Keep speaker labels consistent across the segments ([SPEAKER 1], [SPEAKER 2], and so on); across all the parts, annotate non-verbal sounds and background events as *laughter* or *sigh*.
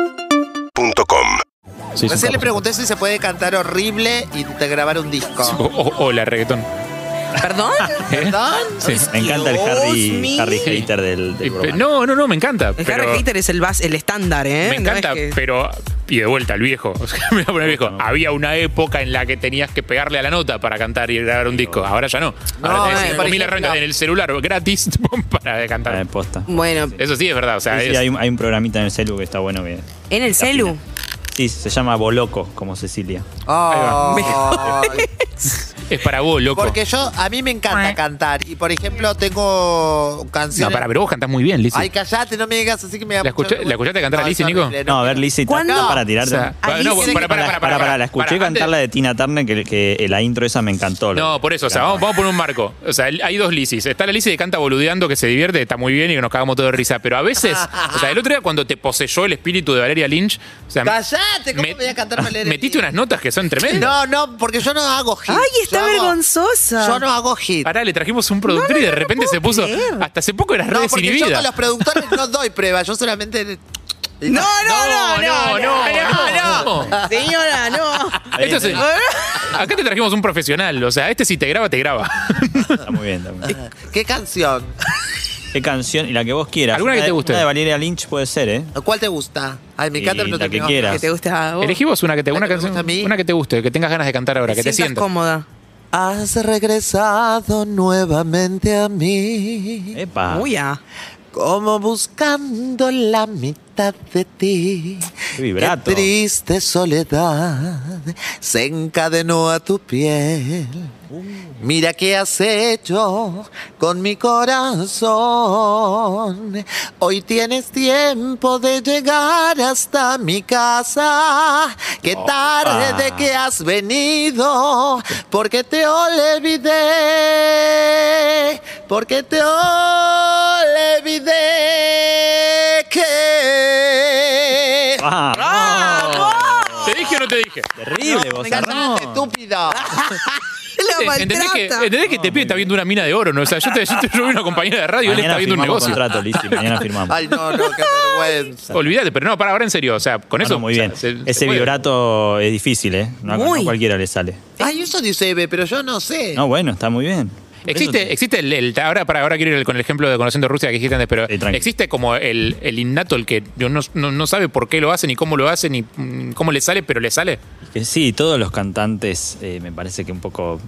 [SPEAKER 1] UrbanaPlayFM.com
[SPEAKER 2] Sí, es un
[SPEAKER 3] Recién le
[SPEAKER 2] capo.
[SPEAKER 3] pregunté si se puede cantar horrible y te grabar un disco.
[SPEAKER 2] O- o- Hola, reggaetón.
[SPEAKER 4] Ah,
[SPEAKER 5] *laughs* ¿Perdón?
[SPEAKER 2] ¿Eh?
[SPEAKER 3] ¿Perdón?
[SPEAKER 2] Sí.
[SPEAKER 4] Me encanta el
[SPEAKER 5] Excuse
[SPEAKER 4] Harry,
[SPEAKER 5] me.
[SPEAKER 4] Harry Hater del, del
[SPEAKER 2] Y pe-
[SPEAKER 4] Urbano.
[SPEAKER 2] No, no, no, me encanta.
[SPEAKER 5] El
[SPEAKER 2] pero-
[SPEAKER 5] Harry Hater es el, bas- el estándar, ¿eh?
[SPEAKER 2] Me
[SPEAKER 5] No es
[SPEAKER 2] encanta,
[SPEAKER 5] que-
[SPEAKER 2] pero. Y de vuelta al viejo. *laughs* O sea, me voy a poner viejo.
[SPEAKER 4] Justamente.
[SPEAKER 2] Había una época en la que tenías que pegarle a la nota para cantar y grabar un disco. Ahora ya no. Ahora
[SPEAKER 3] No,
[SPEAKER 2] tenés
[SPEAKER 3] eh,
[SPEAKER 2] 5.000
[SPEAKER 3] por
[SPEAKER 2] herramientas en
[SPEAKER 3] ejemplo.
[SPEAKER 2] el celular gratis *laughs* para
[SPEAKER 4] Ah,
[SPEAKER 2] cantar.
[SPEAKER 4] posta.
[SPEAKER 5] Bueno,
[SPEAKER 2] Eso sí es verdad. O sea,
[SPEAKER 4] Sí, sí,
[SPEAKER 2] es-
[SPEAKER 4] hay, un, hay un programita en el celu que está bueno que.
[SPEAKER 5] en el celu.
[SPEAKER 4] Sí, se llama Boloco, como Cecilia.
[SPEAKER 3] Oh,
[SPEAKER 2] es para vos, loco.
[SPEAKER 3] *laughs* porque yo, a mí me
[SPEAKER 5] Eh.
[SPEAKER 3] encanta cantar. Y por ejemplo, tengo
[SPEAKER 2] No,
[SPEAKER 3] canciones.
[SPEAKER 2] para, pero vos cantás muy bien, Lizzy.
[SPEAKER 3] Ay, callate, no me digas así que me da
[SPEAKER 2] ¿La escuché-
[SPEAKER 3] mucho-
[SPEAKER 2] la escuchaste cantar a
[SPEAKER 3] No,
[SPEAKER 2] Lizzy,
[SPEAKER 3] es
[SPEAKER 2] Nico?
[SPEAKER 3] horrible,
[SPEAKER 4] No, a ver, Lizzy, está
[SPEAKER 3] ¿Cuándo?
[SPEAKER 4] para
[SPEAKER 2] O
[SPEAKER 4] tirarte.
[SPEAKER 2] sea,
[SPEAKER 5] Ahí
[SPEAKER 2] no,
[SPEAKER 5] sí
[SPEAKER 2] para, para,
[SPEAKER 5] que-
[SPEAKER 2] para, para, para,
[SPEAKER 4] la escuché
[SPEAKER 2] para,
[SPEAKER 4] cantar
[SPEAKER 2] antes-
[SPEAKER 4] la de Tina Turner, que, que eh, la intro esa me encantó.
[SPEAKER 2] No, por eso, o sea, vamos, vamos a poner un marco. O sea, el- hay dos Lisis. Está la Lisi que canta boludeando, que se divierte, está muy bien y que nos cagamos todo de risa. Pero a veces, o sea, el otro día cuando te poseyó el espíritu de Valeria Lynch, o sea,
[SPEAKER 3] Callate, ¿cómo
[SPEAKER 2] me-
[SPEAKER 3] voy a cantar Valeria?
[SPEAKER 2] metiste unas notas que son tremendas.
[SPEAKER 3] No, no, porque yo no hago hit.
[SPEAKER 5] Ay, está
[SPEAKER 3] Yo hago-
[SPEAKER 5] vergonzosa.
[SPEAKER 3] Yo no hago hit.
[SPEAKER 2] Pará, le trajimos un productor y de repente se puso.
[SPEAKER 5] creer.
[SPEAKER 2] Hasta hace poco eras
[SPEAKER 3] No,
[SPEAKER 2] redes
[SPEAKER 3] porque yo
[SPEAKER 2] inhibida.
[SPEAKER 3] con los productores no doy pruebas, yo solamente.
[SPEAKER 5] No, no, no, no, no, no,
[SPEAKER 2] no.
[SPEAKER 5] Señora, no.
[SPEAKER 3] Eh,
[SPEAKER 2] Entonces, acá te trajimos un profesional. O sea, este si te graba,
[SPEAKER 3] *laughs*
[SPEAKER 2] te graba.
[SPEAKER 4] Está muy bien, está muy bien.
[SPEAKER 3] ¿Qué canción?
[SPEAKER 4] ¿Qué canción? Y la que vos quieras.
[SPEAKER 2] Alguna que
[SPEAKER 4] Una de-
[SPEAKER 2] te guste.
[SPEAKER 4] Una de Valeria Lynch puede ser, ¿eh?
[SPEAKER 3] ¿Cuál te gusta? Ay, me encanta,
[SPEAKER 4] Y
[SPEAKER 3] pero no
[SPEAKER 4] la
[SPEAKER 3] te
[SPEAKER 4] que
[SPEAKER 3] no.
[SPEAKER 4] quieras.
[SPEAKER 5] que te gusta a vos.
[SPEAKER 2] Elegí vos una que te,
[SPEAKER 3] La
[SPEAKER 2] una
[SPEAKER 3] Oh. que me
[SPEAKER 2] canción-
[SPEAKER 3] gusta a mí.
[SPEAKER 2] una que te guste, que tengas ganas de cantar ahora, que te sientas.
[SPEAKER 5] cómoda.
[SPEAKER 3] Has regresado nuevamente a mí,
[SPEAKER 4] Epa.
[SPEAKER 5] Uy, ah.
[SPEAKER 3] como buscando la mitad de ti.
[SPEAKER 4] Qué vibrato.
[SPEAKER 3] Qué triste soledad se encadenó a tu piel. Mira qué has hecho con mi corazón. Hoy tienes tiempo de llegar hasta mi casa. Qué tarde que has venido, porque te olvidé, porque te olvidé que.
[SPEAKER 4] Vamos.
[SPEAKER 3] ¡Ah!
[SPEAKER 2] ¿Te dije o no te dije?
[SPEAKER 4] Ah, Terrible, vos.
[SPEAKER 3] Cantá, estúpido.
[SPEAKER 5] La
[SPEAKER 2] ¿Entendés que,
[SPEAKER 5] maltrata.
[SPEAKER 2] entendés que este pibe está viendo una mina de oro? ¿no? O sea, yo, te, yo, te- yo vi una compañera de radio y él
[SPEAKER 4] Mañana
[SPEAKER 2] está viendo un
[SPEAKER 4] firmamos
[SPEAKER 2] negocio.
[SPEAKER 4] contrato, Lizzy. Mañana firmamos.
[SPEAKER 3] Ay, no, no, qué vergüenza.
[SPEAKER 2] Olvídate, pero no, para ahora en serio. O sea, con
[SPEAKER 4] No,
[SPEAKER 2] eso.
[SPEAKER 4] no, muy
[SPEAKER 2] o sea,
[SPEAKER 4] bien.
[SPEAKER 2] se- se
[SPEAKER 4] Ese
[SPEAKER 2] puede.
[SPEAKER 4] vibrato es difícil, ¿eh? No, a- no
[SPEAKER 5] Muy.
[SPEAKER 4] cualquiera le sale.
[SPEAKER 3] *laughs* Ay, eso dice Eve, pero yo no sé.
[SPEAKER 4] No, bueno, está muy bien.
[SPEAKER 2] Existe, existe el, el- ahora para ahora quiero ir con el ejemplo de conociendo Rusia que dijiste antes, pero
[SPEAKER 4] Sí, tranqui.
[SPEAKER 2] existe como el, el innato, el que no, no- no sabe por qué lo hace, ni cómo lo hace, ni mm, cómo le sale, pero le sale.
[SPEAKER 4] Que sí, todos los cantantes eh, me parece que un poco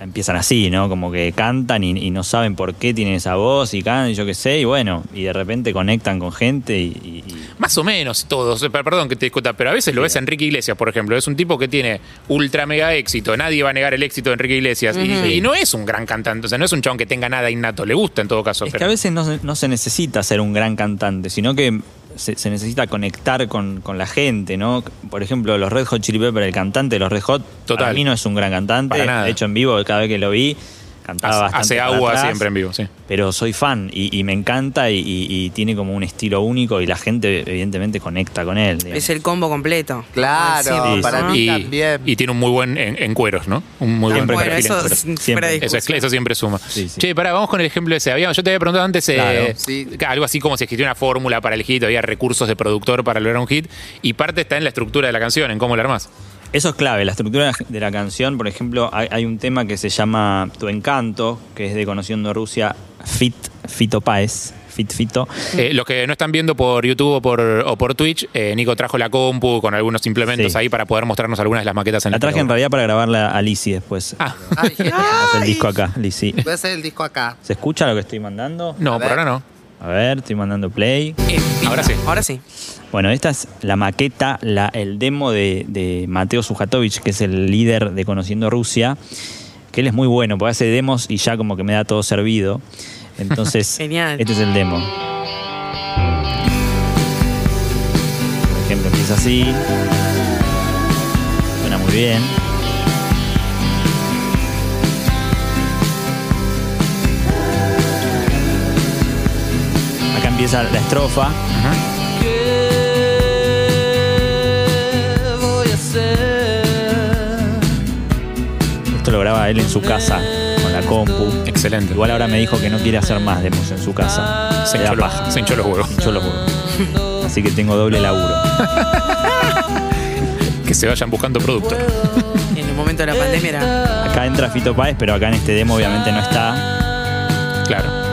[SPEAKER 4] empiezan así, ¿no? Como que cantan y, y no saben por qué tienen esa voz y cantan, y yo qué sé, y bueno, y de repente conectan con gente y... y- y-
[SPEAKER 2] Más o menos todos, eh, per- perdón que te discuta, pero a veces lo ves a Enrique Iglesias, por ejemplo. Es un tipo que tiene ultra mega éxito. Nadie va a negar el éxito de Enrique Iglesias. y- y, no es un gran cantante, o sea, no es un chabón que tenga nada innato. Le gusta en todo caso.
[SPEAKER 4] Es que
[SPEAKER 2] pero-
[SPEAKER 4] a veces no, se- no se necesita ser un gran cantante, sino que se, se necesita conectar con, con la gente, ¿no? Por ejemplo, los Red Hot Chili Peppers, el cantante de los Red Hot,
[SPEAKER 2] Total.
[SPEAKER 4] para mí no es un gran cantante.
[SPEAKER 2] Para nada.
[SPEAKER 4] De hecho, en vivo, cada vez que lo vi, cantaba
[SPEAKER 2] hace,
[SPEAKER 4] bastante
[SPEAKER 2] hace
[SPEAKER 4] para
[SPEAKER 2] agua
[SPEAKER 4] atrás.
[SPEAKER 2] siempre en vivo, sí.
[SPEAKER 4] pero soy fan y, y me encanta y, y- y tiene como un estilo único y la gente evidentemente conecta con él. digamos.
[SPEAKER 5] Es el combo completo.
[SPEAKER 3] Claro,
[SPEAKER 4] Sí,
[SPEAKER 3] para
[SPEAKER 4] sí.
[SPEAKER 3] mí
[SPEAKER 2] Y,
[SPEAKER 3] también.
[SPEAKER 2] y tiene un muy buen en, en cueros, ¿no? Un muy buen
[SPEAKER 4] Siempre
[SPEAKER 5] Bueno,
[SPEAKER 2] perfil en
[SPEAKER 5] eso
[SPEAKER 2] cueros.
[SPEAKER 5] es
[SPEAKER 4] Siempre.
[SPEAKER 5] fuera de
[SPEAKER 2] Eso,
[SPEAKER 5] discusión.
[SPEAKER 2] es, cl- eso siempre suma.
[SPEAKER 4] Ah, Sí, sí.
[SPEAKER 2] Che, pará, vamos con el ejemplo ese. Había- yo te había preguntado antes eh,
[SPEAKER 4] Claro.
[SPEAKER 3] Sí.
[SPEAKER 2] algo así como si existía una fórmula para el hit, había recursos de productor para lograr un hit, y parte está en la estructura de la canción, en cómo la armás.
[SPEAKER 4] Eso es clave, la estructura de la canción, por ejemplo, hay, hay un tema que se llama Tu Encanto, que es de Conociendo Rusia, Fit, Fito Páez, Fit Fito.
[SPEAKER 2] Eh, los que no están viendo por YouTube o por, o por Twitch, eh, Nico trajo la compu con algunos implementos
[SPEAKER 4] Sí.
[SPEAKER 2] ahí para poder mostrarnos algunas de las maquetas en
[SPEAKER 4] La
[SPEAKER 2] el
[SPEAKER 4] traje en
[SPEAKER 2] programa.
[SPEAKER 4] realidad para grabarla a Lizzy después.
[SPEAKER 2] Ah,
[SPEAKER 4] *laughs*
[SPEAKER 3] Ay, genial.
[SPEAKER 4] Haz el disco acá, Lizzy.
[SPEAKER 3] Voy a hacer el disco acá.
[SPEAKER 4] ¿Se escucha lo que estoy mandando?
[SPEAKER 3] A
[SPEAKER 2] no, por
[SPEAKER 3] ver.
[SPEAKER 2] ahora no.
[SPEAKER 4] A ver, estoy mandando play.
[SPEAKER 2] Ahora sí.
[SPEAKER 5] Ahora sí.
[SPEAKER 4] Bueno, esta es la maqueta, la- el demo de, de Mateo Sujatovich, que es el líder de Conociendo Rusia, que él es muy bueno, porque hace demos y ya como que me da todo servido. Entonces,
[SPEAKER 5] Genial.
[SPEAKER 4] este es el demo. Por ejemplo, empieza así. Suena muy bien. Acá empieza la estrofa. Esto lo graba él en su casa con la la compu.
[SPEAKER 2] Excelente.
[SPEAKER 4] Igual ahora me dijo que no quiere hacer más demos en su casa.
[SPEAKER 2] Se
[SPEAKER 4] Le da
[SPEAKER 2] hinchó, los-
[SPEAKER 4] paja.
[SPEAKER 2] se hinchó los huevos.
[SPEAKER 4] Yo los juro. Así que tengo doble laburo.
[SPEAKER 2] Que se vayan buscando productos.
[SPEAKER 5] En el momento de la pandemia era.
[SPEAKER 4] Acá entra Fito Páez, pero acá en este demo obviamente no está.
[SPEAKER 2] Claro.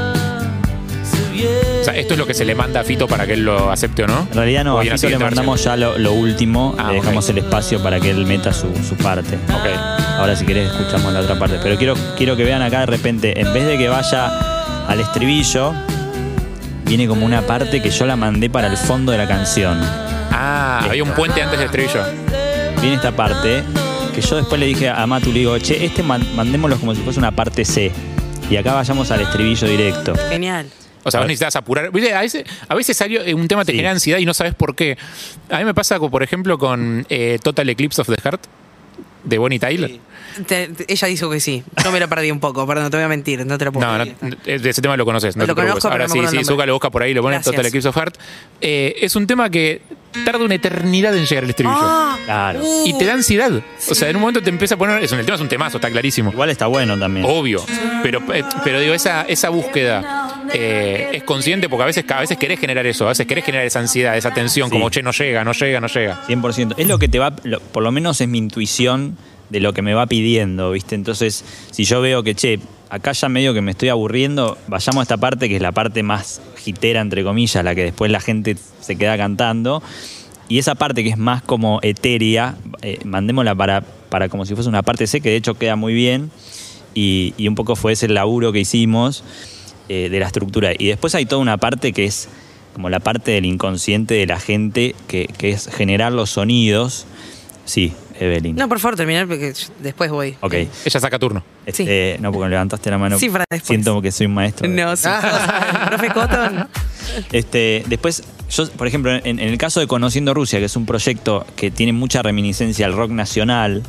[SPEAKER 2] O sea, esto es lo que se le manda a Fito para que él lo acepte o no.
[SPEAKER 4] En realidad no,
[SPEAKER 2] O
[SPEAKER 4] a
[SPEAKER 2] en la
[SPEAKER 4] Fito le
[SPEAKER 2] siguiente
[SPEAKER 4] mandamos
[SPEAKER 2] versión.
[SPEAKER 4] ya lo, lo último,
[SPEAKER 2] Ah,
[SPEAKER 4] le dejamos
[SPEAKER 2] ok.
[SPEAKER 4] el espacio para que él meta su, su parte.
[SPEAKER 2] Ok.
[SPEAKER 4] Ahora si querés escuchamos la otra parte. Pero quiero, quiero que vean acá de repente, en vez de que vaya al estribillo, viene como una parte que yo la mandé para el fondo de la canción.
[SPEAKER 2] Ah, había un puente antes del estribillo.
[SPEAKER 4] Viene esta parte que yo después le dije a Matu, le digo, che, este man- mandémoslo como si fuese una parte C. Y acá vayamos al estribillo directo.
[SPEAKER 5] Genial.
[SPEAKER 2] O sea, vos necesitas apurar. Viste, A veces, a veces salió, eh, un tema te
[SPEAKER 4] Sí.
[SPEAKER 2] genera ansiedad y no sabes por qué. A mí me pasa, con, por ejemplo, con eh, Total Eclipse of the Heart de Bonnie Tyler.
[SPEAKER 5] Te- te- ella dijo que sí. Yo me la perdí un poco, perdón, te voy a mentir, no te la puedo
[SPEAKER 2] No, no,
[SPEAKER 5] mentir.
[SPEAKER 2] eh, de ese tema lo conoces. No
[SPEAKER 5] Lo
[SPEAKER 2] te preocupes.
[SPEAKER 5] conozco, pero
[SPEAKER 2] Ahora
[SPEAKER 5] no me
[SPEAKER 2] sí,
[SPEAKER 5] acuerdo el
[SPEAKER 2] sí,
[SPEAKER 5] nombre.
[SPEAKER 2] Zuka lo busca por ahí, lo pone en Total
[SPEAKER 5] Gracias.
[SPEAKER 2] Eclipse of Heart. Eh, es un tema que tarda una eternidad en llegar al estribillo.
[SPEAKER 5] Ah,
[SPEAKER 4] Claro.
[SPEAKER 5] uh,
[SPEAKER 2] Y te da ansiedad. O sea, en un momento te empieza a poner. Es un, el tema es un temazo, está clarísimo.
[SPEAKER 4] Igual está bueno también.
[SPEAKER 2] Obvio. Pero, eh, pero digo, esa, esa búsqueda eh, es consciente porque a veces, a veces querés generar eso, a veces querés generar esa ansiedad, esa tensión,
[SPEAKER 4] Sí.
[SPEAKER 2] como che, no llega, no llega, no llega.
[SPEAKER 4] 100%. Es lo que te va, lo- por lo menos es mi intuición de lo que me va pidiendo, ¿viste? Entonces, si yo veo que, che, acá ya medio que me estoy aburriendo, vayamos a esta parte que es la parte más jitera, entre comillas, la que después la gente se queda cantando. Y esa parte que es más como etérea, eh, mandémosla para, para como si fuese una parte C, que de hecho queda muy bien. Y, y un poco fue ese el laburo que hicimos eh, de la estructura. Y después hay toda una parte que es como la parte del inconsciente de la gente, que, que es generar los sonidos. Sí, Evelyn.
[SPEAKER 5] No, por favor, terminar porque yo- después voy.
[SPEAKER 4] Ok.
[SPEAKER 2] Ella saca turno.
[SPEAKER 4] Este, No, porque me levantaste la mano.
[SPEAKER 5] Sí, para después.
[SPEAKER 4] Siento que soy un maestro. de-
[SPEAKER 5] No, sí. Ah, *laughs* Profe Cotton.
[SPEAKER 4] Este, después, yo, por ejemplo, en, en el caso de Conociendo Rusia, que es un proyecto que tiene mucha reminiscencia al rock nacional,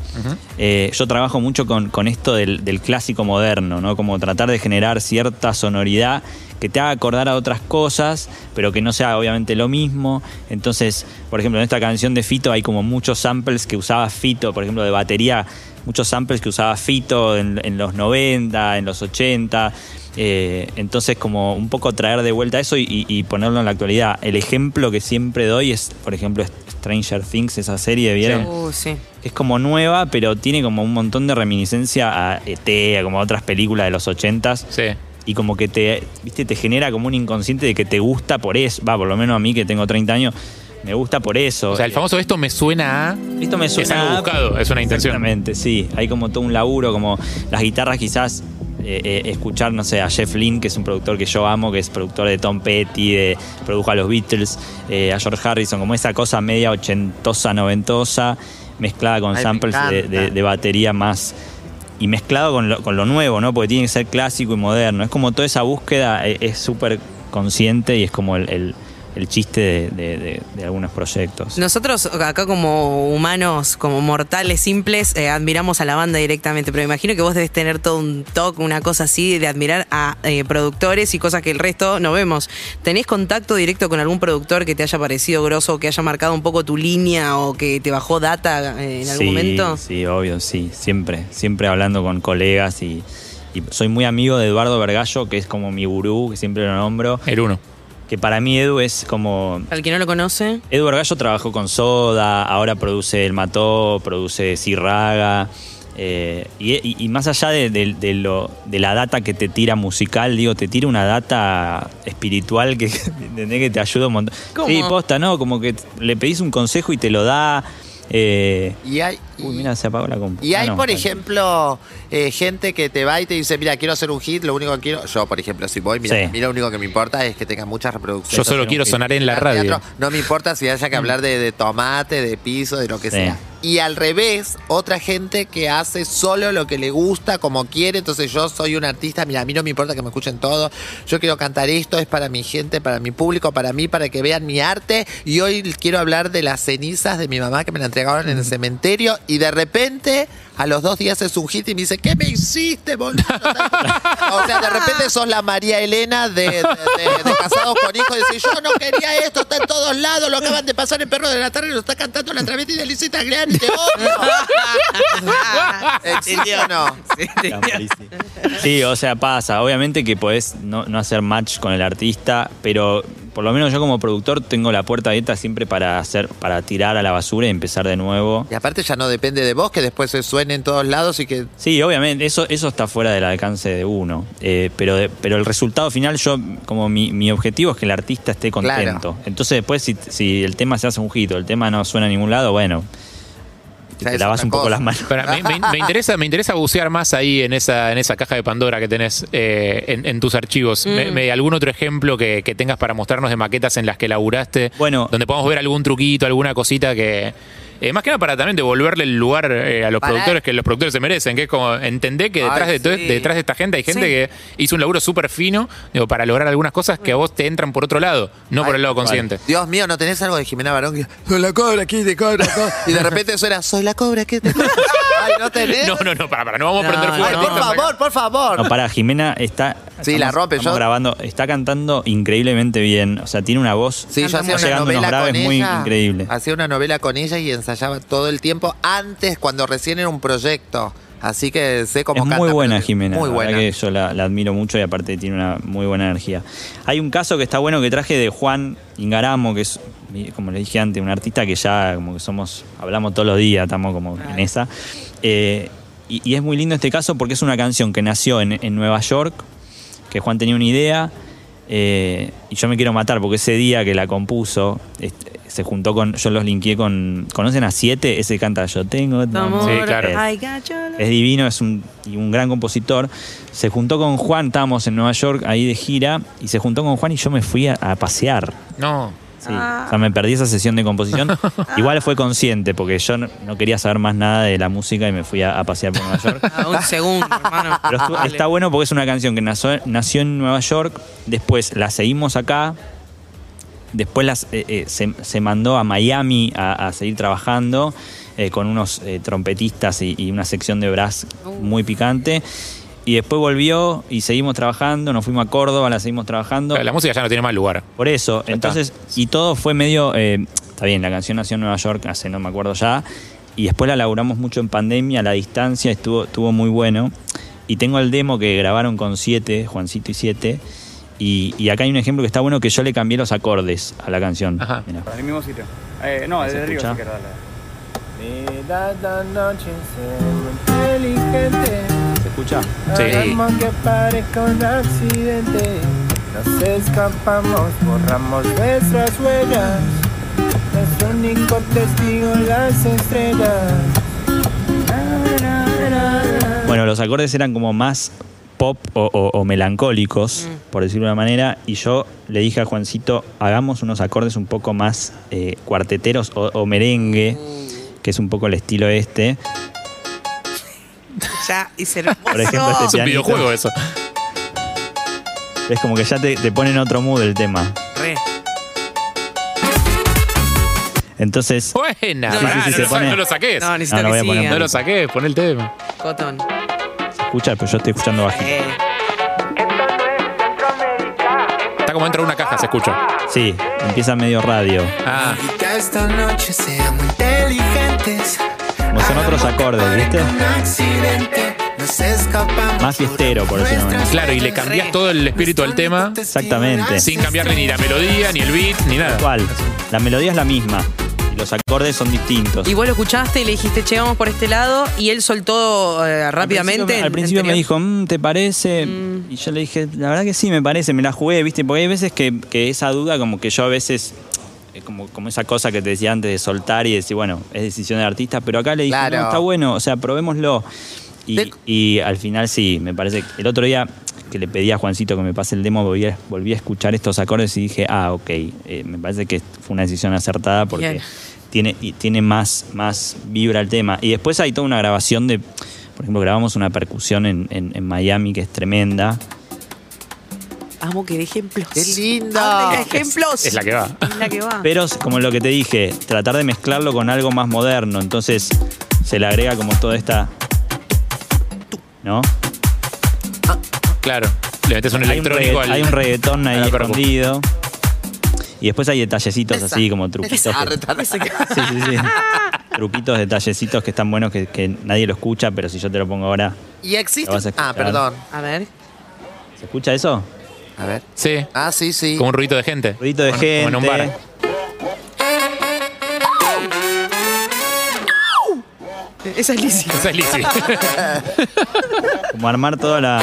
[SPEAKER 4] eh, yo trabajo mucho con, con esto del, del clásico moderno, ¿no? Como tratar de generar cierta sonoridad que te haga acordar a otras cosas, pero que no sea obviamente lo mismo. Entonces, por ejemplo, en esta canción de Fito hay como muchos samples que usaba Fito, por ejemplo, de batería, muchos samples que usaba Fito en, en los 90, en los 80. Eh, entonces, como un poco traer de vuelta eso y, y- y ponerlo en la actualidad. El ejemplo que siempre doy es, por ejemplo, Stranger Things, esa serie, ¿vieron?
[SPEAKER 5] Uh, sí.
[SPEAKER 4] Es como nueva, pero tiene como un montón de reminiscencia a ET, a como a otras películas de los 80s.
[SPEAKER 2] Sí.
[SPEAKER 4] Y como que te, viste, te genera como un inconsciente de que te gusta por eso. Va, por lo menos a mí que tengo 30 años, me gusta por eso.
[SPEAKER 2] O sea, el famoso esto me suena a.
[SPEAKER 4] Esto me suena.
[SPEAKER 2] Es algo buscado, es una intención.
[SPEAKER 4] Exactamente, sí. Hay como todo un laburo, como las guitarras quizás. eh, eh, escuchar, no sé, a Jeff Lynne, que es un productor que yo amo, que es productor de Tom Petty, de, produjo a los Beatles, eh, a George Harrison, como esa cosa media ochentosa, noventosa, mezclada con
[SPEAKER 3] Ay, me
[SPEAKER 4] samples de,
[SPEAKER 3] encanta.
[SPEAKER 4] de- de batería más. y mezclado con lo, con lo nuevo, ¿no? Porque tiene que ser clásico y moderno. Es como toda esa búsqueda, eh, es súper consciente y es como el, el- el chiste de, de- de- de algunos proyectos.
[SPEAKER 5] Nosotros acá como humanos, como mortales simples, eh, admiramos a la banda directamente, pero me imagino que vos debes tener todo un toque, una cosa así, de admirar a eh, productores y cosas que el resto no vemos. ¿Tenés contacto directo con algún productor que te haya parecido grosso, o que haya marcado un poco tu línea o que te bajó data eh, en
[SPEAKER 4] sí,
[SPEAKER 5] algún momento?
[SPEAKER 4] Sí, obvio, sí, siempre, siempre hablando con colegas y, y soy muy amigo de Eduardo Vergallo, que es como mi gurú, que siempre lo nombro,
[SPEAKER 2] El uno.
[SPEAKER 4] que para mí Edu es como...
[SPEAKER 5] Al que no lo conoce,
[SPEAKER 4] Edu Vergallo trabajó con Soda, ahora produce El Mató, produce Cirraga. eh, y, y- y más allá de, de- de lo, de la data que te tira musical, digo, te tira una data espiritual que, *laughs* ¿entendés? que te ayuda un montón.
[SPEAKER 5] ¿Cómo?
[SPEAKER 4] Sí, posta, ¿no? Como que le pedís un consejo y te lo da. eh,
[SPEAKER 3] Y hay,
[SPEAKER 4] Uy, mira, se apagó la compu.
[SPEAKER 3] y
[SPEAKER 4] Ah,
[SPEAKER 3] hay
[SPEAKER 4] no,
[SPEAKER 3] por
[SPEAKER 4] está.
[SPEAKER 3] ejemplo, eh, gente que te va y te dice, mira, quiero hacer un hit, lo único que quiero, yo por ejemplo, si voy, mira,
[SPEAKER 4] Sí.
[SPEAKER 3] a mí lo único que me importa es que tenga muchas reproducciones.
[SPEAKER 2] Yo solo quiero sonar en la
[SPEAKER 3] Teatro,
[SPEAKER 2] radio.
[SPEAKER 3] No me importa si haya que hablar de, de tomate, de piso, de lo que
[SPEAKER 4] Sí.
[SPEAKER 3] sea. Y al revés, otra gente que hace solo lo que le gusta, como quiere. Entonces yo soy un artista, mira, a mí no me importa que me escuchen todo. Yo quiero cantar esto, es para mi gente, para mi público, para mí, para que vean mi arte. Y hoy quiero hablar de las cenizas de mi mamá que me la entregaron en el cementerio. Y de repente a los dos días es un hit y me dice, ¿qué me hiciste, boludo? o sea, de repente sos la María Elena de, de- de- de Casados con Hijos y decís, yo no quería esto, está en todos lados, lo acaban de pasar el perro de la tarde, lo está cantando la travesti de Lisita Gliani, te
[SPEAKER 5] *laughs*
[SPEAKER 3] odio. ¿Existe o no? *laughs*
[SPEAKER 4] Sí, o sea, pasa. Obviamente que podés no, no hacer match con el artista, pero por lo menos yo como productor tengo la puerta abierta siempre para hacer, para tirar a la basura y empezar de nuevo.
[SPEAKER 3] Y aparte ya no depende de vos, que después se suene en todos lados y que...
[SPEAKER 4] Sí, obviamente, eso, eso está fuera del alcance de uno. Eh, pero, de- pero el resultado final, yo, como mi, mi objetivo es que el artista esté contento. Entonces después, si, si el tema se hace un hito, el tema no suena a ningún lado, bueno,
[SPEAKER 3] Ya
[SPEAKER 4] te
[SPEAKER 3] es
[SPEAKER 4] lavas
[SPEAKER 3] otra
[SPEAKER 4] un poco
[SPEAKER 3] cosa.
[SPEAKER 4] las manos.
[SPEAKER 2] Pero me, me- me interesa, me interesa bucear más ahí en esa, en esa caja de Pandora que tenés eh, en, en tus archivos. Me-
[SPEAKER 5] Mm.
[SPEAKER 2] me- ¿Algún otro ejemplo que, que tengas para mostrarnos de maquetas en las que laburaste?
[SPEAKER 4] Bueno.
[SPEAKER 2] Donde podamos ver algún truquito, alguna cosita que... eh, más que nada para también devolverle el lugar eh, a los
[SPEAKER 3] Para-
[SPEAKER 2] productores que los productores se merecen, que es como entender que detrás,
[SPEAKER 3] Ay,
[SPEAKER 2] de, to-
[SPEAKER 3] sí.
[SPEAKER 2] detrás de esta gente hay gente
[SPEAKER 5] Sí.
[SPEAKER 2] que hizo un laburo súper fino digo, para lograr algunas cosas que a vos te entran por otro lado, no por
[SPEAKER 3] Ay,
[SPEAKER 2] el lado
[SPEAKER 4] vale.
[SPEAKER 2] consciente.
[SPEAKER 3] Dios mío, ¿no tenés algo de Jimena Barón? Que, soy la cobra, aquí de cobra, cobra. Y de repente suena, soy la cobra, *laughs* ¿qué te Ay, no tenés.
[SPEAKER 2] No, no, no, para, para, no vamos a
[SPEAKER 5] No,
[SPEAKER 2] prender
[SPEAKER 5] no,
[SPEAKER 2] fuego.
[SPEAKER 3] Ay,
[SPEAKER 2] al
[SPEAKER 3] por
[SPEAKER 5] no.
[SPEAKER 2] podcast acá.
[SPEAKER 3] favor, por favor.
[SPEAKER 4] No, para Jimena está.
[SPEAKER 3] Sí, la rompe,
[SPEAKER 4] estamos
[SPEAKER 3] yo-
[SPEAKER 4] grabando, está cantando increíblemente bien. O sea, tiene una voz.
[SPEAKER 3] Sí, yo hacía
[SPEAKER 5] Canta muy
[SPEAKER 3] una
[SPEAKER 4] bien. Llegando unos
[SPEAKER 3] novela con
[SPEAKER 4] graves muy
[SPEAKER 3] ella.
[SPEAKER 4] increíble.
[SPEAKER 3] Hacía una novela con ella y ensayaba todo el tiempo antes, cuando recién era un proyecto. Así que sé cómo
[SPEAKER 4] es
[SPEAKER 3] canta.
[SPEAKER 4] muy buena
[SPEAKER 3] pero-
[SPEAKER 4] Jimena.
[SPEAKER 3] Muy
[SPEAKER 4] la verdad
[SPEAKER 3] buena.
[SPEAKER 4] que yo la, la admiro mucho y aparte tiene una muy buena energía. Hay un caso que está bueno que traje de Juan Ingaramo, que es, como le dije antes, un artista que ya como que somos, hablamos todos los días, estamos como en esa. Eh, y, y es muy lindo este caso porque es una canción que nació en, en Nueva York, que Juan tenía una idea. eh, y yo me quiero matar porque ese día que la compuso, este, se juntó con. Yo los linkeé con. ¿Conocen a Siete? Ese canta Yo tengo. tu amor".
[SPEAKER 2] Sí, claro.
[SPEAKER 4] Eh,
[SPEAKER 5] I got your love.
[SPEAKER 4] es divino, es un, y un gran compositor. Se juntó con Juan, estábamos en Nueva York ahí de gira, y se juntó con Juan y yo me fui a, a pasear.
[SPEAKER 2] No.
[SPEAKER 4] Sí. O sea, me perdí esa sesión de composición. Igual fue consciente, porque yo no, no quería saber más nada de la música y me fui a, a pasear por Nueva York.
[SPEAKER 5] Ah, un segundo,
[SPEAKER 4] *laughs*
[SPEAKER 5] hermano.
[SPEAKER 4] Pero estu-
[SPEAKER 5] Dale.
[SPEAKER 4] está bueno porque es una canción que nació, nació en Nueva York, después la seguimos acá, después las, eh, eh, se, se mandó a Miami a, a seguir trabajando eh, con unos eh, trompetistas y, y una sección de brass muy picante. Y después volvió y seguimos trabajando, nos fuimos a Córdoba, la seguimos trabajando.
[SPEAKER 2] La música ya no tiene más lugar.
[SPEAKER 4] Por eso, entonces, y todo fue medio, eh, está bien, la canción nació en Nueva York hace no me acuerdo ya, y después la laburamos mucho en pandemia, a la distancia estuvo, estuvo muy bueno, y tengo el demo que grabaron con siete, Juancito y siete, y, y acá hay un ejemplo que está bueno que yo le cambié los acordes a la canción.
[SPEAKER 2] Ajá.
[SPEAKER 4] Mirá.
[SPEAKER 1] Del mismo sitio. Eh, no,
[SPEAKER 4] ¿Se
[SPEAKER 1] desde arriba,
[SPEAKER 4] escucha?
[SPEAKER 1] si querés, dale. noche ser inteligente.
[SPEAKER 4] ¿Se escucha?
[SPEAKER 2] Sí.
[SPEAKER 1] Hagamos que parezca un accidente. Nos escapamos, borramos nuestras huellas. Nuestro único testigo, las estrellas.
[SPEAKER 4] Bueno, los acordes eran como más pop o, o- o melancólicos, por decirlo de una manera, y yo le dije a Juancito, hagamos unos acordes un poco más eh, cuarteteros o, o merengue, que es un poco el estilo este.
[SPEAKER 5] Ya hice el hermoso.
[SPEAKER 4] Por ejemplo, este
[SPEAKER 2] Es un
[SPEAKER 4] pianito.
[SPEAKER 2] videojuego eso.
[SPEAKER 4] Es como que ya te, te pone en otro mood el tema.
[SPEAKER 5] Re.
[SPEAKER 4] Entonces,
[SPEAKER 2] Buena.
[SPEAKER 5] No,
[SPEAKER 2] pará,
[SPEAKER 4] sí, sí,
[SPEAKER 2] no,
[SPEAKER 4] se
[SPEAKER 2] lo sa-
[SPEAKER 4] pone-
[SPEAKER 2] no lo saques.
[SPEAKER 5] No,
[SPEAKER 2] No,
[SPEAKER 5] necesito
[SPEAKER 4] No, no
[SPEAKER 5] que
[SPEAKER 4] voy a poner
[SPEAKER 5] siga.
[SPEAKER 2] lo saques, pon el tema.
[SPEAKER 5] Cotón.
[SPEAKER 4] se escucha, pero yo estoy escuchando bajito.
[SPEAKER 5] Eh,
[SPEAKER 2] Está como dentro de una caja, se escucha.
[SPEAKER 4] Sí, empieza medio radio.
[SPEAKER 2] Ah,
[SPEAKER 6] Que esta noche seamos inteligentes.
[SPEAKER 4] Como son otros acordes, ¿viste?
[SPEAKER 6] Un accidente, nos escapamos.
[SPEAKER 4] Más fiestero, por decirlo de una manera.
[SPEAKER 2] claro, y le cambias todo el espíritu al tema
[SPEAKER 4] Exactamente.
[SPEAKER 2] sin cambiarle ni la melodía, ni el beat, ni nada.
[SPEAKER 4] ¿Cuál? La melodía es la misma. Y los acordes son distintos.
[SPEAKER 5] Y vos lo escuchaste y le dijiste, che, vamos por este lado. Y él soltó eh, rápidamente. Mm.
[SPEAKER 4] Al principio, me- al principio me dijo, "Mm, ¿te parece? Y yo le dije, la verdad que sí, me parece, me la jugué, ¿viste? Porque hay veces que, que esa duda, como que yo a veces, eh, como, como esa cosa que te decía antes de soltar y decir, bueno, es decisión del artista, pero acá le dije,
[SPEAKER 3] Claro.
[SPEAKER 4] no, está bueno, o sea, probémoslo. Y,
[SPEAKER 3] Te-
[SPEAKER 4] y al final sí, me parece. que El otro día que le pedí a Juancito que me pase el demo, volví a, volví a escuchar estos acordes y dije, ah, ok, eh, me parece que fue una decisión acertada porque
[SPEAKER 5] Bien.
[SPEAKER 4] tiene, y tiene más, más vibra el tema. Y después hay toda una grabación de, por ejemplo, grabamos una percusión en, en- en Miami que es tremenda.
[SPEAKER 5] Amo que de ejemplos.
[SPEAKER 3] ¡Qué lindo!
[SPEAKER 5] Amo que de ejemplos.
[SPEAKER 2] Es la que va.
[SPEAKER 5] Es la que va.
[SPEAKER 4] Pero como lo que te dije, tratar de mezclarlo con algo más moderno. Entonces se le agrega como toda esta ¿no?
[SPEAKER 2] Claro. Le metes un
[SPEAKER 4] hay, un
[SPEAKER 2] electrónico
[SPEAKER 4] regga-
[SPEAKER 2] al.
[SPEAKER 4] hay un reggaetón ahí
[SPEAKER 2] a la percu.
[SPEAKER 4] escondido. Y después hay detallecitos
[SPEAKER 3] Esa. Ah,
[SPEAKER 4] así como truquitos.
[SPEAKER 3] Esa,
[SPEAKER 4] que- *laughs*
[SPEAKER 3] retardada.
[SPEAKER 4] Sí, sí,
[SPEAKER 3] *laughs*
[SPEAKER 4] sí. Truquitos, detallecitos que están buenos que, que nadie lo escucha, pero si yo te lo pongo ahora.
[SPEAKER 3] Y existe.
[SPEAKER 4] Lo vas a
[SPEAKER 3] Ah,
[SPEAKER 4] escuchar.
[SPEAKER 3] perdón.
[SPEAKER 5] A ver.
[SPEAKER 4] ¿Se escucha eso?
[SPEAKER 3] A ver.
[SPEAKER 2] Sí.
[SPEAKER 3] Ah, sí, sí.
[SPEAKER 2] Como un ruido de gente.
[SPEAKER 4] Ruidito de
[SPEAKER 2] Como-
[SPEAKER 4] gente.
[SPEAKER 2] Como en un bar. *laughs*
[SPEAKER 5] Esa es Lizzy.
[SPEAKER 2] Esa
[SPEAKER 4] *laughs*
[SPEAKER 2] es Lizzy.
[SPEAKER 4] Como armar toda la.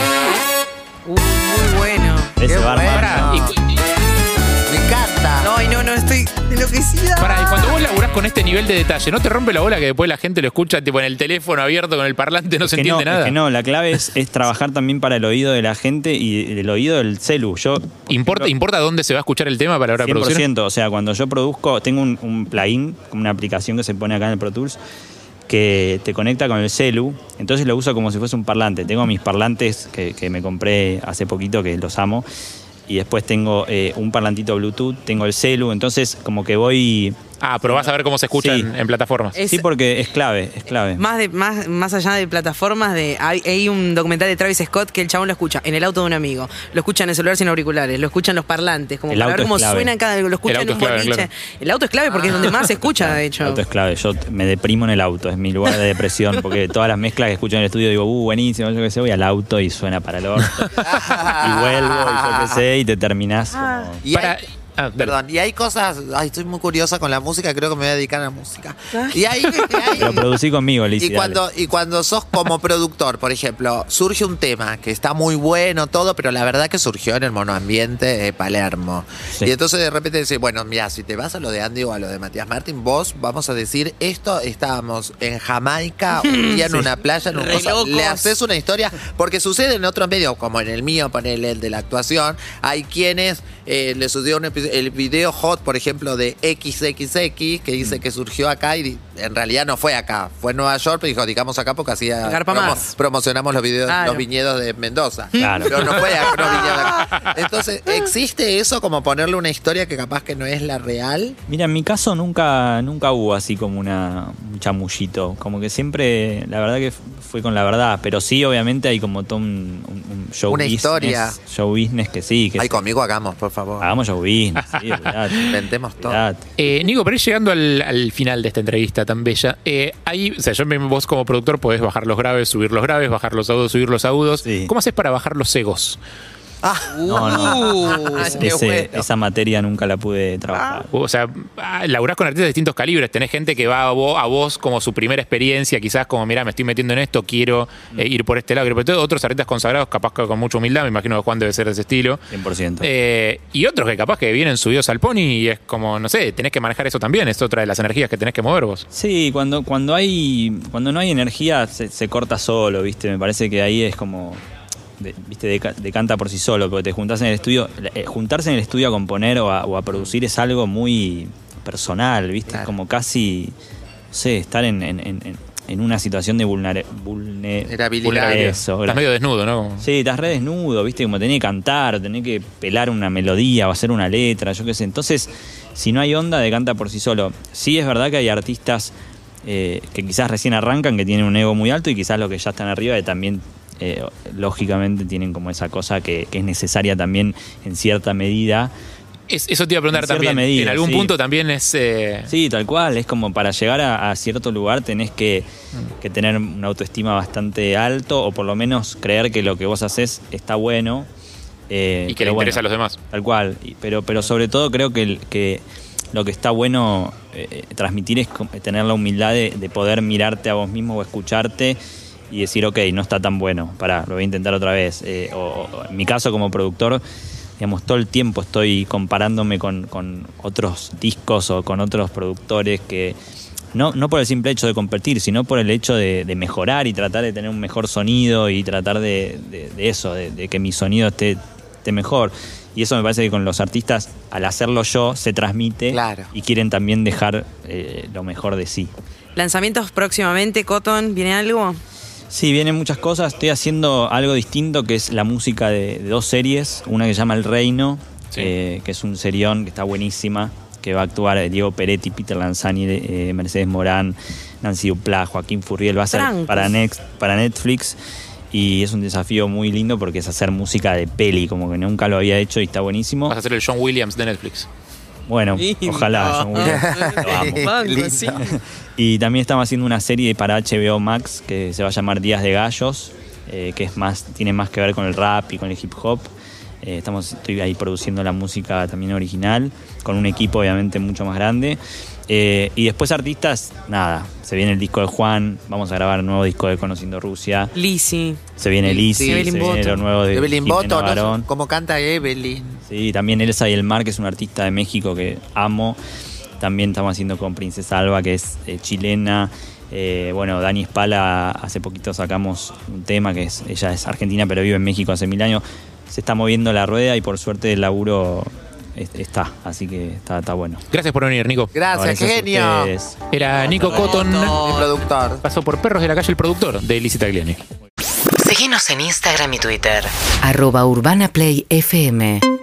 [SPEAKER 5] Uh, muy bueno.
[SPEAKER 4] Ese
[SPEAKER 3] Qué
[SPEAKER 4] bar
[SPEAKER 3] bueno.
[SPEAKER 4] armar.
[SPEAKER 2] Pará, y,
[SPEAKER 3] Me encanta.
[SPEAKER 5] Ay, no, no, estoy enloquecida.
[SPEAKER 2] *laughs* pará, y cuando vos laburás con este nivel de detalle, ¿no te rompe la bola que después la gente lo escucha tipo en el teléfono abierto con el parlante, no se
[SPEAKER 4] que no,
[SPEAKER 2] entiende
[SPEAKER 4] es
[SPEAKER 2] nada?
[SPEAKER 4] que no, la clave es, es trabajar también para el oído de la gente y el oído del celu. Yo, por
[SPEAKER 2] ¿Importa,
[SPEAKER 4] ejemplo,
[SPEAKER 2] ¿Importa dónde se va a escuchar el tema para la hora de producción?
[SPEAKER 4] 100%, o sea, cuando yo produzco, tengo un, un plugin, como una aplicación que se pone acá en el Pro Tools, que te conecta con el celu, entonces lo uso como si fuese un parlante. Tengo mis parlantes que, que me compré hace poquito, que los amo, y después tengo eh, un parlantito Bluetooth, tengo el celu, entonces como que voy...
[SPEAKER 2] Ah, pero vas a ver cómo se escucha
[SPEAKER 4] Sí.
[SPEAKER 2] en, en plataformas.
[SPEAKER 5] Es-
[SPEAKER 4] sí, porque es clave, es clave.
[SPEAKER 5] Más, de, más, más allá de plataformas, de, hay, hay un documental de Travis Scott que el chabón lo escucha en el auto de un amigo, lo escucha en el celular sin auriculares, lo escuchan los parlantes, como
[SPEAKER 4] El
[SPEAKER 5] para ver
[SPEAKER 4] auto es
[SPEAKER 5] cómo
[SPEAKER 4] clave.
[SPEAKER 5] suena cada lo escuchan
[SPEAKER 2] auto
[SPEAKER 5] en un
[SPEAKER 2] es clave,
[SPEAKER 5] boliche.
[SPEAKER 2] claro.
[SPEAKER 5] El auto es clave porque es donde más
[SPEAKER 4] *laughs*
[SPEAKER 5] se escucha, de hecho.
[SPEAKER 4] El auto es clave. Yo t- me deprimo en el auto, es mi lugar de depresión, porque todas las mezclas que escucho en el estudio digo, uh, buenísimo, yo qué sé, voy al auto y suena para el orto. y vuelvo, y yo qué sé, y te terminás. como-
[SPEAKER 3] Y
[SPEAKER 2] Para-
[SPEAKER 3] hay-
[SPEAKER 2] ah, dale.
[SPEAKER 3] Perdón, y hay cosas, ay, estoy muy curiosa con la música, creo que me voy a dedicar a la música. Y hay, y hay-
[SPEAKER 4] Pero producí conmigo, Lizzy.
[SPEAKER 3] *laughs* y
[SPEAKER 4] dale.
[SPEAKER 3] cuando, y cuando sos como productor, por ejemplo, surge un tema que está muy bueno, todo, pero la verdad que surgió en el monoambiente de Palermo.
[SPEAKER 4] Sí.
[SPEAKER 3] Y entonces de repente decís, bueno, mira, si te vas a lo de Andy o a lo de Matías Martín, vos vamos a decir, esto estábamos en Jamaica, un día en una playa, en un
[SPEAKER 5] Re
[SPEAKER 3] cosa,
[SPEAKER 5] locos.
[SPEAKER 3] le haces una historia, porque sucede en otros medios, como en el mío, ponele el de la actuación, hay quienes eh, le sucedió un epi- el video hot, por ejemplo, de XXX, que
[SPEAKER 4] Mm.
[SPEAKER 3] dice que surgió acá y di- en realidad no fue acá, fue en Nueva York, pero dijo, digamos acá porque hacía
[SPEAKER 5] Garpa
[SPEAKER 3] promo-
[SPEAKER 5] más.
[SPEAKER 3] promocionamos los videos,
[SPEAKER 5] Claro.
[SPEAKER 3] los viñedos de Mendoza.
[SPEAKER 4] Claro.
[SPEAKER 3] Pero no fue acá, no viñedos
[SPEAKER 5] *laughs*
[SPEAKER 3] acá. Entonces, ¿existe eso como ponerle una historia que capaz que no es la real?
[SPEAKER 4] Mira, en mi caso nunca, nunca hubo así como una, un chamullito. Como que siempre, la verdad que f- fue con la verdad. Pero sí, obviamente, hay como todo un, un- un show
[SPEAKER 3] Una
[SPEAKER 4] business.
[SPEAKER 3] historia.
[SPEAKER 4] Show business que sí. Que
[SPEAKER 3] Ay,
[SPEAKER 4] sí. Ah.
[SPEAKER 3] conmigo hagamos, por favor.
[SPEAKER 4] Hagamos show business. Sí,
[SPEAKER 3] *laughs*
[SPEAKER 4] olvidate.
[SPEAKER 3] Inventemos todo.
[SPEAKER 4] Olvidate.
[SPEAKER 2] Eh, Nico, pero llegando al, al final de esta entrevista tan bella, eh, ahí, o sea, yo me, vos como productor podés bajar los graves, subir los graves, bajar los agudos, subir los agudos.
[SPEAKER 4] Sí.
[SPEAKER 2] ¿Cómo haces para bajar los egos?
[SPEAKER 3] Ah,
[SPEAKER 4] No,
[SPEAKER 5] Uh.
[SPEAKER 4] no.
[SPEAKER 3] Ay, qué
[SPEAKER 4] Ese-
[SPEAKER 3] bueno.
[SPEAKER 4] Esa materia nunca la pude trabajar.
[SPEAKER 2] O sea, ah, laburás con artistas de distintos calibres. Tenés gente que va a vo- a vos, como su primera experiencia, quizás como, mira, me estoy metiendo en esto, quiero eh, ir por este lado. quiero por este otro". Otros artistas consagrados, capaz que con mucha humildad, me imagino que Juan debe ser de ese estilo.
[SPEAKER 4] 100%.
[SPEAKER 2] Eh, y otros que capaz que vienen subidos al pony y es como, no sé, tenés que manejar eso también. Es otra de las energías que tenés que mover vos.
[SPEAKER 4] Sí, cuando, cuando hay. Cuando no hay energía se, se corta solo, viste. Me parece que ahí es como. de- viste, deca- decanta por sí solo, porque te juntás en el estudio. eh, juntarse en el estudio a componer o a, o a producir es algo muy personal, viste.
[SPEAKER 3] Claro.
[SPEAKER 4] Es como casi. No sé, estar en, en- en- en- en una situación de vulnera- vulne-
[SPEAKER 3] Vulnerabilidad.
[SPEAKER 4] Eso,
[SPEAKER 2] Estás
[SPEAKER 4] gracias.
[SPEAKER 2] medio desnudo, ¿no? Como-
[SPEAKER 4] Sí, estás re desnudo, viste, como tenés que cantar, tenés que pelar una melodía o hacer una letra, yo qué sé. Entonces, si no hay onda, decanta por sí solo. Sí es verdad que hay artistas eh, que quizás recién arrancan, que tienen un ego muy alto y quizás los que ya están arriba que también, eh, lógicamente, tienen como esa cosa que, que es necesaria también en cierta medida.
[SPEAKER 2] Es- eso te iba a preguntar
[SPEAKER 4] En cierta
[SPEAKER 2] también.
[SPEAKER 4] medida,
[SPEAKER 2] en algún
[SPEAKER 4] sí.
[SPEAKER 2] punto también es. eh,
[SPEAKER 4] Sí, tal cual, es como para llegar a, a cierto lugar tenés que, que tener una autoestima bastante alto o por lo menos creer que lo que vos haces está bueno. eh,
[SPEAKER 2] y que le
[SPEAKER 4] pero bueno.
[SPEAKER 2] interesa a los demás.
[SPEAKER 4] Tal cual, Y- pero, pero sobre todo creo que, el- que lo que está bueno eh, eh, transmitir es com- tener la humildad de, de poder mirarte a vos mismo o escucharte y decir, ok, no está tan bueno, pará, lo voy a intentar otra vez. Eh, o, o- en mi caso como productor, digamos, todo el tiempo estoy comparándome con, con otros discos o con otros productores que... No, no por el simple hecho de competir, sino por el hecho de, de mejorar y tratar de tener un mejor sonido y tratar de, de- de eso, de- de que mi sonido esté esté mejor. Y eso me parece que con los artistas, al hacerlo yo, se transmite
[SPEAKER 3] Claro.
[SPEAKER 4] y quieren también dejar eh, lo mejor de sí.
[SPEAKER 5] Lanzamientos próximamente, Cotton, ¿viene algo?
[SPEAKER 4] Sí, vienen muchas cosas. Estoy haciendo algo distinto, que es la música de, de dos series. Una que se llama El Reino,
[SPEAKER 2] Sí.
[SPEAKER 4] eh, que es un serión que está buenísima, que va a actuar eh, Diego Peretti, Peter Lanzani, eh, Mercedes Morán, Nancy Duplá, Joaquín Furriel. Va a ser
[SPEAKER 5] Francos.
[SPEAKER 4] para, Next- para Netflix. y es un desafío muy lindo porque es hacer música de peli, como que nunca lo había hecho y está buenísimo.
[SPEAKER 2] Vas a hacer el John Williams de Netflix.
[SPEAKER 4] Bueno, ojalá. John Williams. *laughs* Lo amo.
[SPEAKER 5] Banco,
[SPEAKER 3] Lindo.
[SPEAKER 5] sí.
[SPEAKER 4] Y también estamos haciendo una serie para HBO Max que se va a llamar Días de Gallos, eh, que es más, tiene más que ver con el rap y con el hip hop. Eh, estamos, estoy ahí produciendo la música también original, con un equipo obviamente mucho más grande. Eh, y después artistas, nada, se viene el disco de Juan, vamos a grabar un nuevo disco de Conociendo Rusia,
[SPEAKER 5] Lisi.
[SPEAKER 4] se viene Lizzy,
[SPEAKER 3] Sí,
[SPEAKER 4] se
[SPEAKER 5] Evelyn
[SPEAKER 4] viene
[SPEAKER 5] Boto.
[SPEAKER 4] lo nuevo de
[SPEAKER 3] Evelyn
[SPEAKER 4] Jimena
[SPEAKER 3] Boto,
[SPEAKER 4] Barón.
[SPEAKER 3] ¿no? Como canta Evelyn.
[SPEAKER 4] Sí, también Elsa y el Mar, que es una artista de México que amo. También estamos haciendo con Princesa Alba, que es eh, chilena. Eh, bueno, Dani Spala, hace poquito sacamos un tema que es, ella es argentina, pero vive en México hace mil años. Se está moviendo la rueda y por suerte el laburo es- está, así que está, está bueno.
[SPEAKER 2] Gracias por venir, Nico.
[SPEAKER 3] Gracias,
[SPEAKER 4] Gracias a
[SPEAKER 3] genio. Mi
[SPEAKER 4] ustedes.
[SPEAKER 2] Era Nico Cotton.
[SPEAKER 3] productor.
[SPEAKER 2] Pasó por Perros de la Calle, el productor de Ilícita Gliani.
[SPEAKER 7] Seguinos en Instagram y Twitter.
[SPEAKER 8] arroba urbanaplayfm